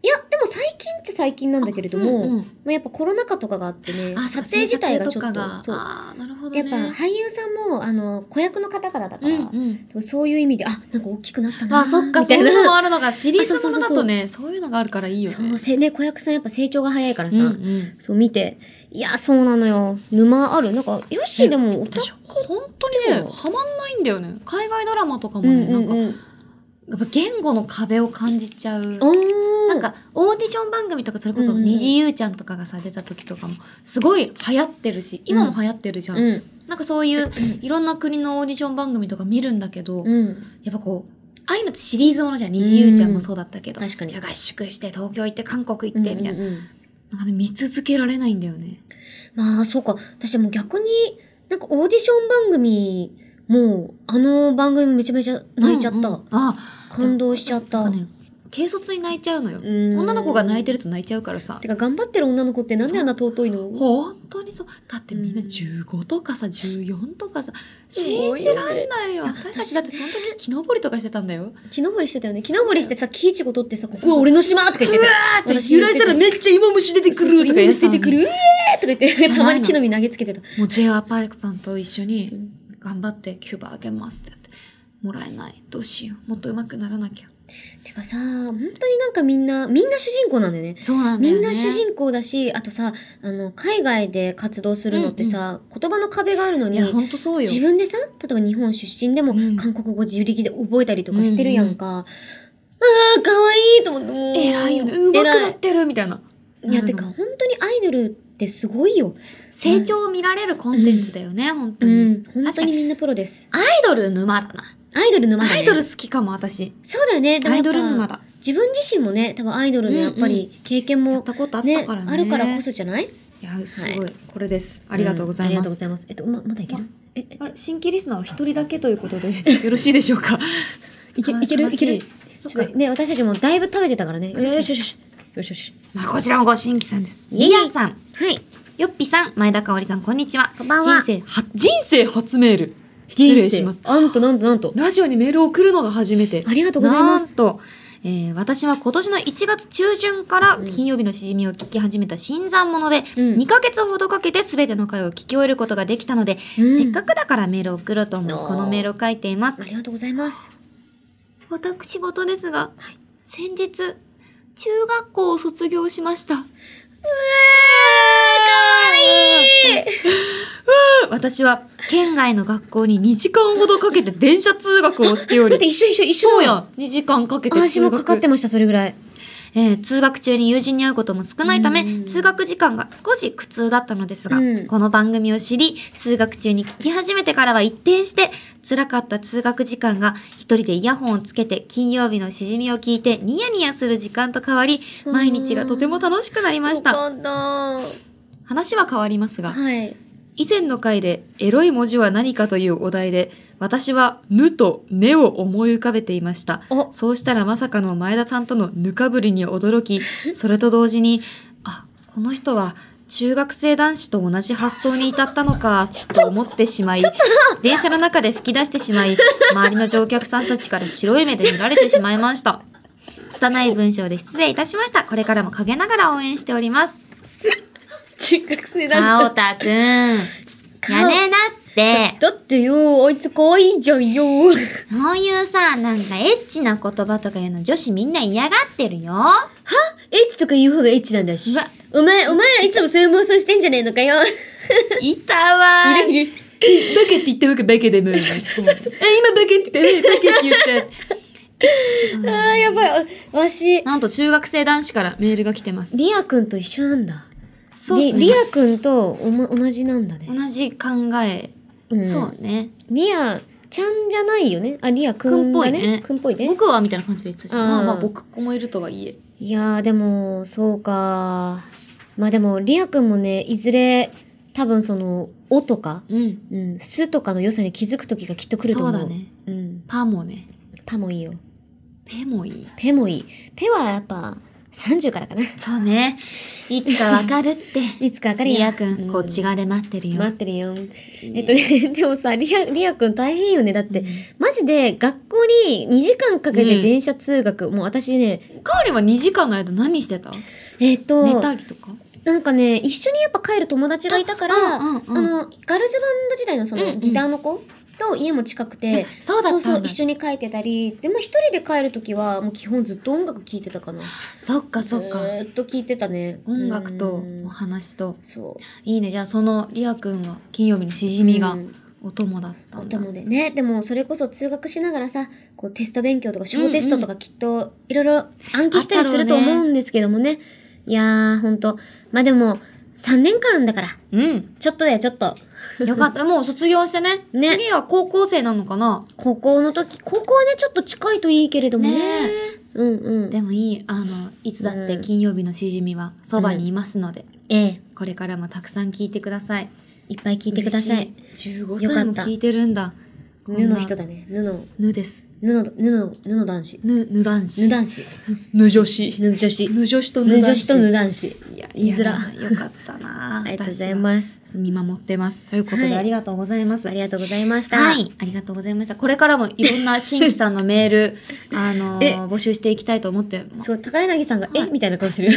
Speaker 1: いや、でも最近っちゃ最近なんだけれども、
Speaker 2: うんうん
Speaker 1: まあ、やっぱコロナ禍とかがあってね、
Speaker 2: あ、
Speaker 1: 撮影自体がちょっ
Speaker 2: 撮影
Speaker 1: と
Speaker 2: とか、が
Speaker 1: そう。
Speaker 2: ああ、なるほど
Speaker 1: でやっぱ
Speaker 2: ね。
Speaker 1: 俳優さんも、あの、子役の方々だから、
Speaker 2: うんうん。
Speaker 1: そういう意味で、あ、なんか大きくなったな
Speaker 2: あ、そっ か、
Speaker 1: み
Speaker 2: そ
Speaker 1: た
Speaker 2: うい
Speaker 1: いう
Speaker 2: のも
Speaker 1: な。
Speaker 2: あるのが、シリーズもの
Speaker 1: あ
Speaker 2: だ
Speaker 1: そうそうそうそう
Speaker 2: とね、そういうのがあるからいいよね。
Speaker 1: そう、せね、子役さんやっぱ成長が早いからさ、
Speaker 2: うんうん。
Speaker 1: そう見て、いや、そうなのよ。沼ある。なんか、ヨッシーでも、おた
Speaker 2: 私、本当に
Speaker 1: でも
Speaker 2: ね、ハマんないんだよね。海外ドラマとかも
Speaker 1: う
Speaker 2: ね、
Speaker 1: んう
Speaker 2: なん
Speaker 1: ん
Speaker 2: か、や
Speaker 1: うん。
Speaker 2: っぱ言語の壁を感じちゃう。
Speaker 1: おー
Speaker 2: なん、か、オーディション番組とか、それこそ、
Speaker 1: うんうん
Speaker 2: にじゆうちゃんとかがさ、出た時とかも、すごい流行ってるし、今も流行ってるじゃん。
Speaker 1: うん。
Speaker 2: なんかそういう、いろんな国のオーディション番組とか見るんだけど、
Speaker 1: うん。
Speaker 2: やっぱこう、ああいうのってシリーズものじゃん。にじゆうちゃんもそうだったけど。
Speaker 1: うん確かに
Speaker 2: じゃあ合宿して、東京行って、韓国行って、みたいな。
Speaker 1: うんうんうん
Speaker 2: なんかね、見続けられないんだよね。
Speaker 1: まあ、そうか。私もう逆に、なんかオーディション番組、もう、あの番組めちゃめちゃ泣いちゃった。
Speaker 2: うんうんあ、
Speaker 1: 感動しちゃった。
Speaker 2: なんかね、軽率に泣いちゃうのよ。
Speaker 1: うん
Speaker 2: 女の子が泣いてると泣いちゃうからさ
Speaker 1: て。か、頑張ってる女の子ってなんであんな尊いの
Speaker 2: 本当にそう。だってみんな
Speaker 1: うん
Speaker 2: 15とかさ、14とかさ、
Speaker 1: 多
Speaker 2: 信
Speaker 1: い
Speaker 2: じ
Speaker 1: よ
Speaker 2: ら
Speaker 1: ね
Speaker 2: んないよ。私たちだってその時木登りとかしてたんだよ。
Speaker 1: 木登りしてたよね。木登りしてさ、木いちご取ってさ、ここは俺の島とか言ってた。私
Speaker 2: 揺らしたらめっちゃ芋虫出てくるとかやって
Speaker 1: 捨
Speaker 2: た
Speaker 1: て
Speaker 2: の
Speaker 1: て
Speaker 2: に
Speaker 1: くる、うえーとか言って、
Speaker 2: ゃないの
Speaker 1: たまに木の実投げつけてた。
Speaker 2: もう j r パイクさんと一緒に頑張ってキューバあげますってやって。もらえない。どうしよう。もっと上手くならなきゃ。
Speaker 1: てかさ、本当になんかみんな、みんな主人公なんだよね。
Speaker 2: そうなんだ
Speaker 1: み
Speaker 2: よね。
Speaker 1: んな主人公だし、あとさ、あの、海外で活動するのってさ、言葉の壁があるの
Speaker 2: い
Speaker 1: に、
Speaker 2: や、ほんとそうよ。
Speaker 1: 自分でさ例えば日本出身でも
Speaker 2: うん
Speaker 1: 韓国語自力で覚えたりとかしてるやんか、ああ可愛いと思ってもう
Speaker 2: 偉いよね。上手く
Speaker 1: 偉
Speaker 2: ないってるみたいな。
Speaker 1: いや、
Speaker 2: な
Speaker 1: て
Speaker 2: るの
Speaker 1: か、
Speaker 2: も
Speaker 1: 本当にアイドルってすごいよ。
Speaker 2: 成長を見られるコンテンツだよね、本当
Speaker 1: う
Speaker 2: に。
Speaker 1: ん。本
Speaker 2: 確
Speaker 1: 当
Speaker 2: か
Speaker 1: に
Speaker 2: に。
Speaker 1: みんなプロです。
Speaker 2: アイドル沼だな。
Speaker 1: アイドル沼だ、ね。
Speaker 2: アイドル好きかも、私。
Speaker 1: そうだよね。でもや
Speaker 2: アイ
Speaker 1: っぱ
Speaker 2: ドル沼だ。
Speaker 1: 自分自身もね、多分アイドルのやっぱり経験
Speaker 2: やっ
Speaker 1: も
Speaker 2: たことあっ
Speaker 1: ね、
Speaker 2: たからね。
Speaker 1: あるからこそじゃない
Speaker 2: いや、すごい。これです。ありがとうござ
Speaker 1: んあり
Speaker 2: い
Speaker 1: が
Speaker 2: ま
Speaker 1: とう
Speaker 2: す
Speaker 1: ご。ざいます。えっと、ま、まだいけるえ、え
Speaker 2: あれ新規リスナーは一人だけということでよろしいでしょうか。
Speaker 1: いけ
Speaker 2: 悲
Speaker 1: いける
Speaker 2: 悲し
Speaker 1: いける
Speaker 2: そ
Speaker 1: ちょ
Speaker 2: う
Speaker 1: っ
Speaker 2: か
Speaker 1: と。ね、私たちもだいぶ食べてたからね。よ
Speaker 2: に
Speaker 1: しよしよし。よしよし。
Speaker 2: まあこちらもご新規さんです。
Speaker 1: イエイ
Speaker 2: リアさん、
Speaker 1: はい。
Speaker 2: ヨッピさん、前田香織さん、こんにちは。
Speaker 1: こんばんは
Speaker 2: 人生は人生初メール。失礼します
Speaker 1: 人。生あんとなんとなんと。
Speaker 2: ラジオにメールを送るのが初めて。
Speaker 1: ありがとうございます。
Speaker 2: なんと、えー私は今年の1月中旬から
Speaker 1: うん
Speaker 2: 金曜日のしじみを聞き始めた新参者
Speaker 1: う
Speaker 2: で、
Speaker 1: ん
Speaker 2: 2ヶ月ほどかけて全ての回を聞き終えることができたので、せっか
Speaker 1: く。
Speaker 2: くだからメールを送ろうと思
Speaker 1: お
Speaker 2: い、
Speaker 1: ー
Speaker 2: このメールを書いています
Speaker 1: あ。りがとうございます。
Speaker 2: 私事ですが、先日、中学校を卒業しま した。うわー、かわいい私は、県外の学校に2時間ほどかけて電車通学をしてお
Speaker 1: 待って、
Speaker 2: り、
Speaker 1: 一緒一緒一緒だ
Speaker 2: そうや、2時間かけて
Speaker 1: 私
Speaker 2: 通
Speaker 1: もかかっ
Speaker 2: 学
Speaker 1: て。ました、それぐらい。
Speaker 2: えー通学中に友人に会うことも少ないた
Speaker 1: う
Speaker 2: め、
Speaker 1: ん
Speaker 2: 通学時間が少し苦痛だったのですが、
Speaker 1: うん
Speaker 2: この番組を知り、通学中に聞き始めてからは一転して、辛かった通学時間が一人でイヤホンをつけて金曜日のしじみを聞いてニヤニヤする時間と変わり、
Speaker 1: うん
Speaker 2: 毎日がとても楽しくなりました。
Speaker 1: よかっ
Speaker 2: 話は変わりますが
Speaker 1: た。、はい。
Speaker 2: 以前の回でエロい文字は何かというお題で、私はぬとねを思い浮かべていました。
Speaker 1: お、
Speaker 2: そうしたらまさかの前田さんとのぬかぶりに驚 き、それと同時に、あ、この人は中学生男子と同じ発想に至ったのか、と思ってしまい、電車の中で吹き出してしまい、周りの乗客さんたちから白い目で見られてしまいました。拙い文章で失礼いたしました。これからも陰ながら応援しております。
Speaker 1: 中学生
Speaker 2: かお
Speaker 1: だ
Speaker 2: たくん、やめなって。
Speaker 1: だってよ、あいつ可愛いじゃんよ。
Speaker 2: こういうさ、なんかエッチな言葉とか言うの女子みんな嫌がってるよ。
Speaker 1: エッチとか言う方がエッチなんだし
Speaker 2: うわ。
Speaker 1: お前、お前らいつもそういう妄想してんじゃねえのかよ。
Speaker 2: いたわー。
Speaker 1: いる。
Speaker 2: バケって言ったわけバケでも。あ、今バケって言った、バケって言っち
Speaker 1: あ
Speaker 2: ゃ
Speaker 1: あ、やばい。あわし、
Speaker 2: なんと中学生男子からメールが来てます。
Speaker 1: リアくんと一緒なんだ。
Speaker 2: そうっすね
Speaker 1: リリアくんとおも同じなんだね。
Speaker 2: 同じ考え。
Speaker 1: うん
Speaker 2: そう。ね。
Speaker 1: リアちゃんじゃないよね。あ、リアくんだね。くんっぽいね。
Speaker 2: 僕はみたいな感じで言ってたし、
Speaker 1: うん
Speaker 2: まあまあ僕子もいるとはいえ。
Speaker 1: いやー、でも、そうか。まあでも、リアくんもね、いずれ、多分その、おとか、
Speaker 2: うん。
Speaker 1: うん、すとかの良さに気づく時がきっと来ると
Speaker 2: そ
Speaker 1: 思
Speaker 2: う
Speaker 1: う。
Speaker 2: だ。ね。
Speaker 1: うん。
Speaker 2: パもね。
Speaker 1: パもいいよ。
Speaker 2: ペもいい。
Speaker 1: ペもいい。ペはやっぱ、30からかな。
Speaker 2: そうね。いつかわかるって。
Speaker 1: いつかわかる
Speaker 2: リ
Speaker 1: や
Speaker 2: アくん、こっち側で待ってるよ。
Speaker 1: 待ってるよ。
Speaker 2: いい
Speaker 1: え
Speaker 2: ね
Speaker 1: っと ね、でもさ、リア、リアくん大変よね。だって、マジで学校に2時間かけ
Speaker 2: う
Speaker 1: て
Speaker 2: ん
Speaker 1: 電車通学、もう私ね、
Speaker 2: うん。かおりは2時間の間何してた
Speaker 1: えっと、
Speaker 2: 寝たりとか
Speaker 1: なんかね、一緒にやっぱ帰る友達がいたから、あ,、
Speaker 2: うんうんう
Speaker 1: の、ガ
Speaker 2: ん
Speaker 1: ールズバンド時代のそ
Speaker 2: うんう
Speaker 1: の
Speaker 2: ん
Speaker 1: ギターの子と家も近くて、
Speaker 2: そうだったんだ
Speaker 1: そうそう、一緒に帰ってたり、でも一人で帰るときは、もう基本ずっと音楽聴いてたかな。
Speaker 2: そっかそっか
Speaker 1: ず。ーっと聴いてたね。
Speaker 2: 音楽と
Speaker 1: うん
Speaker 2: お話と。
Speaker 1: そう。
Speaker 2: いいね。じゃあそのリアくんは金曜日のしじみ
Speaker 1: う
Speaker 2: が
Speaker 1: ん
Speaker 2: お供だった
Speaker 1: お
Speaker 2: んだ。
Speaker 1: 供でね。でも、それこそ通学しながらさ、こうテスト勉強とか小テストとかきっといろいろ暗記したりすると思うんですけどもね。いやー、ほんと。まあでも、3年間だから、
Speaker 2: うん。
Speaker 1: ちょっとだよ、ちょっと。
Speaker 2: よか った。もう卒業してね。
Speaker 1: ね
Speaker 2: 次は高校生なのかな
Speaker 1: 高校の時、高校はね、ちょっと近いといいけれどもね。
Speaker 2: ね
Speaker 1: うんうん。
Speaker 2: でもいい。あの、いつだって
Speaker 1: うん
Speaker 2: 金曜日のしじみはそばにいますので、
Speaker 1: ええ、
Speaker 2: これからもたくさん聞いてください。
Speaker 1: いっぱい聞いてください。
Speaker 2: 嬉しい。15
Speaker 1: よか
Speaker 2: 歳
Speaker 1: っ
Speaker 2: も
Speaker 1: た
Speaker 2: 聞いてるんだ。
Speaker 1: 布の人
Speaker 2: だ。
Speaker 1: だね。布、布、
Speaker 2: ぬです。
Speaker 1: 布、布、布男子。
Speaker 2: ぬ、ぬ男
Speaker 1: 布
Speaker 2: 子。
Speaker 1: 男子。
Speaker 2: ぬ女子。
Speaker 1: 布女子。
Speaker 2: ぬ女子と
Speaker 1: 布
Speaker 2: ぬ男子。
Speaker 1: 女子と布男子。
Speaker 2: いや、
Speaker 1: 言い
Speaker 2: い
Speaker 1: づ
Speaker 2: づ
Speaker 1: ら
Speaker 2: ら。よかった な
Speaker 1: ありがとうございます。
Speaker 2: す。見守ってます。ということ
Speaker 1: はい
Speaker 2: で、ありがとうございます。
Speaker 1: ありがとうございました。
Speaker 2: は。い。ありがとうございました。これからもいろんな新規さんのメー ル、あのー
Speaker 1: え
Speaker 2: 募集していきたいと思ってます。
Speaker 1: そう、高柳さんが、
Speaker 2: は
Speaker 1: え
Speaker 2: い
Speaker 1: みたいな顔してる。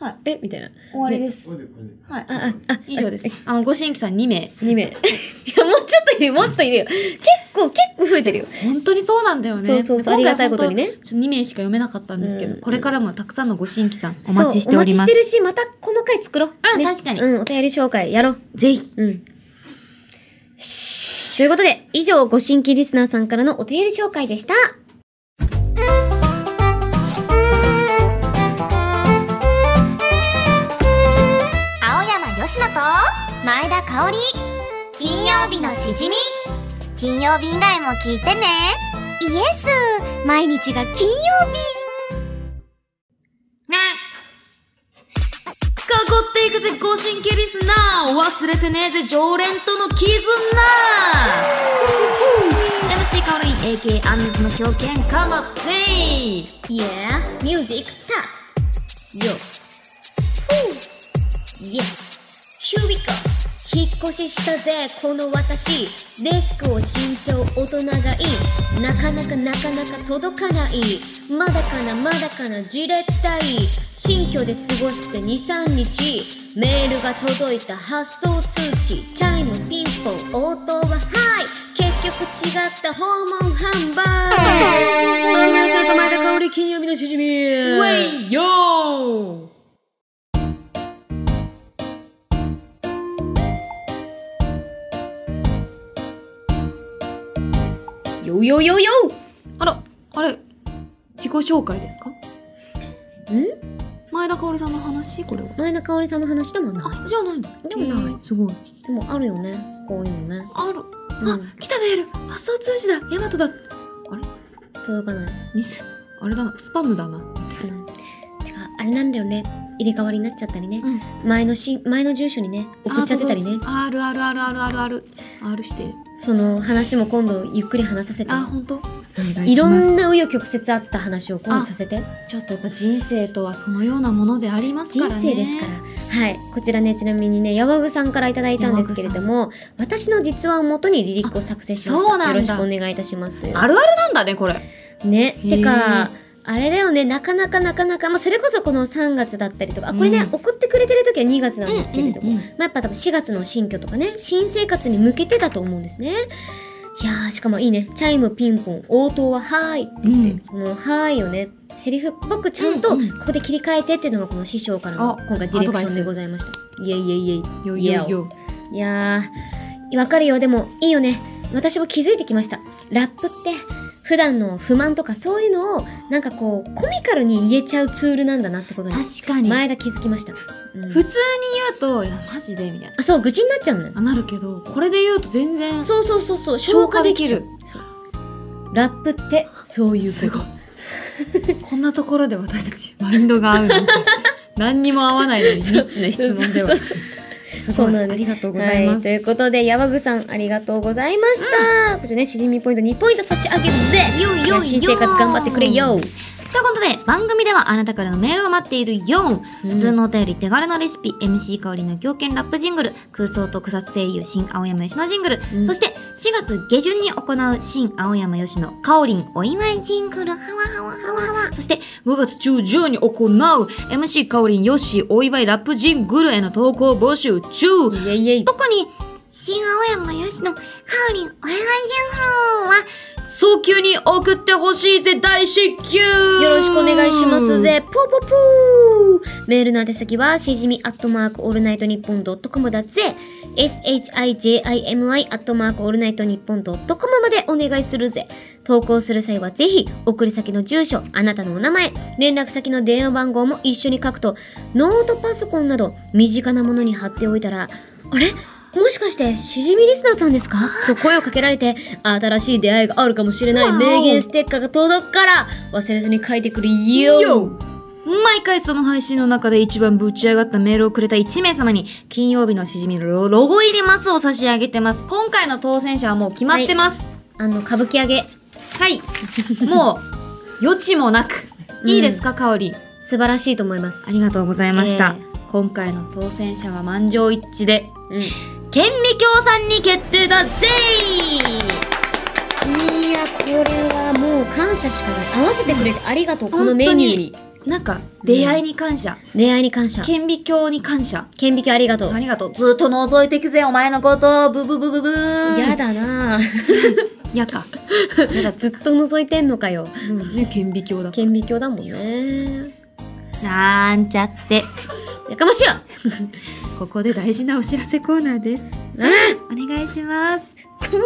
Speaker 2: はい。
Speaker 1: えみたいな。
Speaker 2: 終わりです。はい。
Speaker 1: あ、あ、あ、
Speaker 2: 以上です。あの、ご新規さん2名。
Speaker 1: 2名。いや、 もうちょっといるよ、もっといるよ。結構、結構増えてるよ。
Speaker 2: 本当にそうなんだよね。
Speaker 1: そうそうそう
Speaker 2: 今回
Speaker 1: ありがたいことにね
Speaker 2: 本当ちょっと2名しか読めなかったんですけど、
Speaker 1: うん
Speaker 2: これからもたくさんのご新規さんお待ちしておりま
Speaker 1: そうお待ちして
Speaker 2: す。
Speaker 1: るし、またこの回作ろう。
Speaker 2: うん確かに
Speaker 1: うん、お便り紹介やろう。
Speaker 2: ぜひ。
Speaker 1: うん。しということで、以上、ご新規リスナーさんからのお便り紹介でした。
Speaker 4: 前田香織金曜日のしじみ金曜日以外も聞いてねイエス毎日が金曜日
Speaker 2: ね囲っていくぜ、ご神経リスナー忘れてねえぜ、常連との絆 !MC カオリン AK アンネズの狂犬カマツイ
Speaker 1: Yeah, music start. Yo. Yeah. Here we go. 引っ越ししたぜ、この私。デスクを身長大人がいい。なかなかなかなか届かない。まだかなまだかなじれったい。新居で過ごして2、3日。メールが届いた発送通知。チャイム、ピンポン、応答ははい。結局違った訪問販売。
Speaker 2: マミオシャルと前田香織金曜日のしじみウェイヨー
Speaker 1: よよよよ
Speaker 2: あら、あれ、自己紹介ですか
Speaker 1: ん
Speaker 2: 前田香織さんの話これは。
Speaker 1: 前田香織さんの話でもない。
Speaker 2: あ、じゃあないんだ。
Speaker 1: でもない
Speaker 2: えーすごい。
Speaker 1: でもあるよね。こういうのね。
Speaker 2: ある。
Speaker 1: う
Speaker 2: あ
Speaker 1: ん、、
Speaker 2: 来たメール発送通知だヤマトだ
Speaker 1: 届かない。
Speaker 2: にせあれだな、スパムだな。
Speaker 1: うん、てか、あれなんだよね。入れ替わりになっちゃったりね。
Speaker 2: うん
Speaker 1: 前のし、前の住所にね、送っちゃってたりね。
Speaker 2: あるあるあるあるあるある。R して。
Speaker 1: その話も今度ゆっくり話させて。
Speaker 2: あ、ほんとお願いします
Speaker 1: いろんな紆余曲折あった話を今度させて。
Speaker 2: ちょっとやっぱ人生とはそのようなものでありますか
Speaker 1: 人
Speaker 2: らね。
Speaker 1: 生ですから。はい。こちらね、ちなみにね、山具さんからいただいたんですけれども、私の実話をもとにリリックを作成しま
Speaker 2: あ
Speaker 1: し
Speaker 2: そうなん
Speaker 1: た。
Speaker 2: だ
Speaker 1: よろしくお願いいたしますという。
Speaker 2: あるあるなんだね、これ。
Speaker 1: ね、
Speaker 2: へー
Speaker 1: てか、あれだよね、なかなかなかなか、まあ、それこそこの3月だったりとか、あこれね、
Speaker 2: うん
Speaker 1: 送ってくれてる時は2月なんですけれども、
Speaker 2: うんう
Speaker 1: ま
Speaker 2: ん
Speaker 1: あ、やっぱ多分4月の新居とかね、新生活に向けてだと思うんですね。いやー、しかもいいね、チャイム、ピンポン、応答ははーいって言って、
Speaker 2: うん
Speaker 1: このはーいをね、セリフっぽくちゃんと
Speaker 2: う
Speaker 1: こ
Speaker 2: んうん
Speaker 1: こで切り替えてっていうのがこの師匠からの
Speaker 2: あ
Speaker 1: 今回ディレクションでございました。いえいえいえい
Speaker 2: よいよいよ。
Speaker 1: え。いやー、わかるよ、でもいいよね。私も気づいてきました。ラップって普段の不満とかそういうのをなんかこうコミカルに言えちゃうツールなんだなってことに
Speaker 2: 確かに。
Speaker 1: 前田気づきました。うん
Speaker 2: 普通に言うと、いや、マジで、みたいな。
Speaker 1: あそう愚痴になっちゃうのよ。
Speaker 2: あなるけど、これで言うと全然。
Speaker 1: そうそうそうそう消化できる
Speaker 2: 消。
Speaker 1: そうラップってそういう
Speaker 2: す
Speaker 1: こ
Speaker 2: ご
Speaker 1: と
Speaker 2: い。こんなところで私たちマインドが 合うなんて何にも合わないのにニッチな質問では
Speaker 1: そう
Speaker 2: す
Speaker 1: そうそうそ
Speaker 2: ご
Speaker 1: う
Speaker 2: い
Speaker 1: な
Speaker 2: あ
Speaker 1: んです
Speaker 2: りがとうござい
Speaker 1: はい、
Speaker 2: ます、
Speaker 1: ということで山具さんありがとうございました。こちらねしじみポイント2ポイント差し上げるぜ。
Speaker 2: よいよいよ
Speaker 1: 新生活頑張ってくれよ。
Speaker 2: ということで番組ではあなたからのメールを待っているよ
Speaker 1: うん
Speaker 2: 普通のお便り手軽なレシピ MC 香りの狂犬ラップジングル空想特撮声優新青山吉野ジングル、
Speaker 1: うん
Speaker 2: そして4月下旬に行う新青山吉野香りんお祝いジングルハワハワハワハワそして5月中旬に行う MC 香りんよしお祝いラップジングルへの投稿募集中
Speaker 1: いえいえい。
Speaker 2: 特に
Speaker 4: 新青山よしのかおりんお願いジングルは
Speaker 2: 早急に送ってほしいぜ大至急
Speaker 1: よ
Speaker 2: よ
Speaker 1: ろしくお願いしますぜ。ぽぽぽーメールの宛先は、しじみアットマークオールナイトニッポンドットコムだぜ。shijimi アットマークオールナイトニッポンドットコムまでお願いするぜ。投稿する際はぜひ、送り先の住所、あなたのお名前、連絡先の電話番号も一緒に書くと、ノートパソコンなど、身近なものに貼っておいたら、あれもしかして、しじみリスナーさんですかと声をかけられて、新しい出会いがあるかもしれない名言ステッカーが届くから、忘れずに書いてくれよ
Speaker 2: 毎回その配信の中で一番ぶち上がったメールをくれた1名様に金曜日のしじみのロロゴ入りますを差し上げてます今回の当選者はもう決まってます
Speaker 1: あの、歌舞伎揚げ、
Speaker 2: はい、もう余地もなく
Speaker 1: うん
Speaker 2: いいですか、かおりん
Speaker 1: 素晴らしいと思います。
Speaker 2: ありがとうございました、
Speaker 1: え
Speaker 2: 今回の当選者は満場一致で
Speaker 1: うん。
Speaker 2: 顕微鏡さんに決定だぜ
Speaker 1: いや、これはもう感謝しかない。合わせてくれてありがとう、
Speaker 2: うん
Speaker 1: このメニューに。
Speaker 2: なんか出会いに感謝、
Speaker 1: 出会いに感謝。
Speaker 2: 顕微鏡に感謝
Speaker 1: 顕微鏡ありがと
Speaker 2: あ
Speaker 1: う。
Speaker 2: りがとうずっと覗いていくぜお前のことブブブブブー
Speaker 1: やだなぁ。
Speaker 2: やかやだ
Speaker 1: ずっと覗いてんのかよ。
Speaker 2: でもね顕微鏡だ
Speaker 1: 顕微鏡だもんね。
Speaker 2: なんちゃって
Speaker 1: やかましいわ
Speaker 2: ここで大事なお知らせコーナーです
Speaker 1: ああ
Speaker 2: お願いします
Speaker 1: この流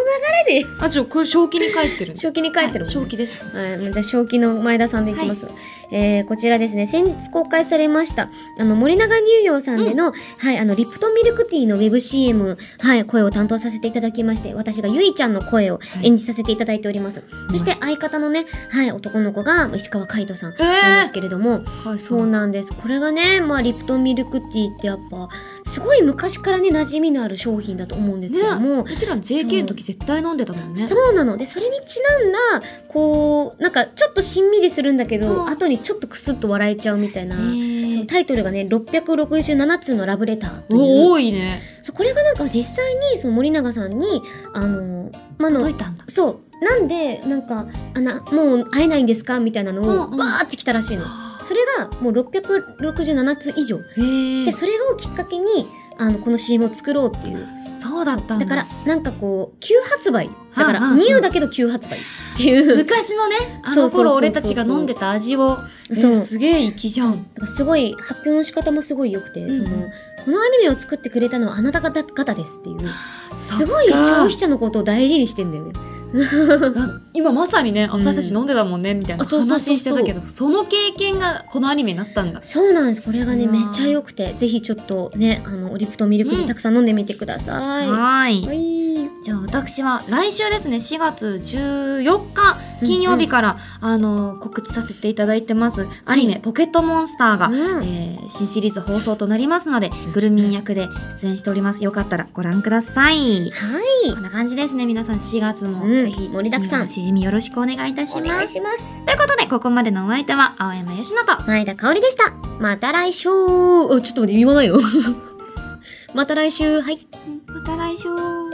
Speaker 1: れで
Speaker 2: あ、ちょ、これ正気に書いてる。
Speaker 1: 正気に書いてるもんね、
Speaker 2: 正気です。
Speaker 1: はい、もうじゃあ正気の前田さんでいきます、えーこちらですね先日公開されましたあの森永乳業さんでの,、はい、あのリプトンミルクティーのウェブ CM、はい、声を担当させていただきまして私がゆいちゃんの声を演じさせていただいております、そして相方のね、はい、男の子が石川海人さん
Speaker 2: え
Speaker 1: なんで
Speaker 2: ー
Speaker 1: すけれども、
Speaker 2: はい、
Speaker 1: そうなんですこれがね、まあ、リプトンミルクティーってやっぱすごい昔からね馴染みのある商品だと思うんですけども、
Speaker 2: うちら JK の時絶対飲んでたもんね。
Speaker 1: そうなのでそれにちなんだこうなんかちょっとしんみりするんだけど、
Speaker 2: うん
Speaker 1: 後にちょっとクスッと笑えちゃうみたいな、そ
Speaker 2: ね
Speaker 1: のタイトルがね667通のラブレターという
Speaker 2: お多いね。
Speaker 1: そうこれがなんか実際にその森永さんにあのまああの
Speaker 2: いたんだ。
Speaker 1: そうなんでなんかあなもう会えないんですかみたいなのを
Speaker 2: うんうん
Speaker 1: わーってきたらしいの、それがもう667通以上
Speaker 2: へえ
Speaker 1: で。それをきっかけにあのこの CM を作ろうっていう
Speaker 2: そうだったんだ。
Speaker 1: だからなんかこう急発売だから
Speaker 2: はあはあ
Speaker 1: ニューだけど急発売っていう
Speaker 2: 昔のね、あ
Speaker 1: そ
Speaker 2: の
Speaker 1: うそうそうそう
Speaker 2: 頃俺たちが飲んでた味を、え
Speaker 1: そう
Speaker 2: すげえ粋じゃん。
Speaker 1: だからすごい発表の仕方もすごい良くて、
Speaker 2: うん
Speaker 1: そのこのアニメを作ってくれたのはあなた方方ですっていうすごい
Speaker 2: そっか
Speaker 1: 消費者のことを大事にしてんだよね
Speaker 2: あ今まさにね、私たち飲んでたもんね、みたいな
Speaker 1: あそうそうそうそう
Speaker 2: 話してたけど、その経験がこのアニメになったんだ。
Speaker 1: そうなんですこれがね
Speaker 2: うわ
Speaker 1: め
Speaker 2: ー
Speaker 1: っちゃ良くてぜひちょっとねあのリプトンミルク
Speaker 2: う
Speaker 1: に
Speaker 2: ん
Speaker 1: たくさん飲んでみてください、
Speaker 2: はーい
Speaker 1: はい
Speaker 2: じゃあ私は来週ですね4月14日金曜日から、あの告知させていただいてますアニメ「ポケットモンスターが」
Speaker 1: うん
Speaker 2: えー新シリーズ放送となりますのでぐるみん役で出演しておりますよかったらご覧ください
Speaker 1: はい
Speaker 2: こんな感じですね皆さん4月も、
Speaker 1: うん
Speaker 2: ぜひ
Speaker 1: 盛りだくさん
Speaker 2: しじみよろしくお願いいたし
Speaker 1: お
Speaker 2: ま
Speaker 1: 願い
Speaker 2: す
Speaker 1: します
Speaker 2: ということでここまでのお相手は青山佳乃と
Speaker 1: 前田香織でしたまた来週あち ょっと待って言わないよまた来週はい
Speaker 2: また来週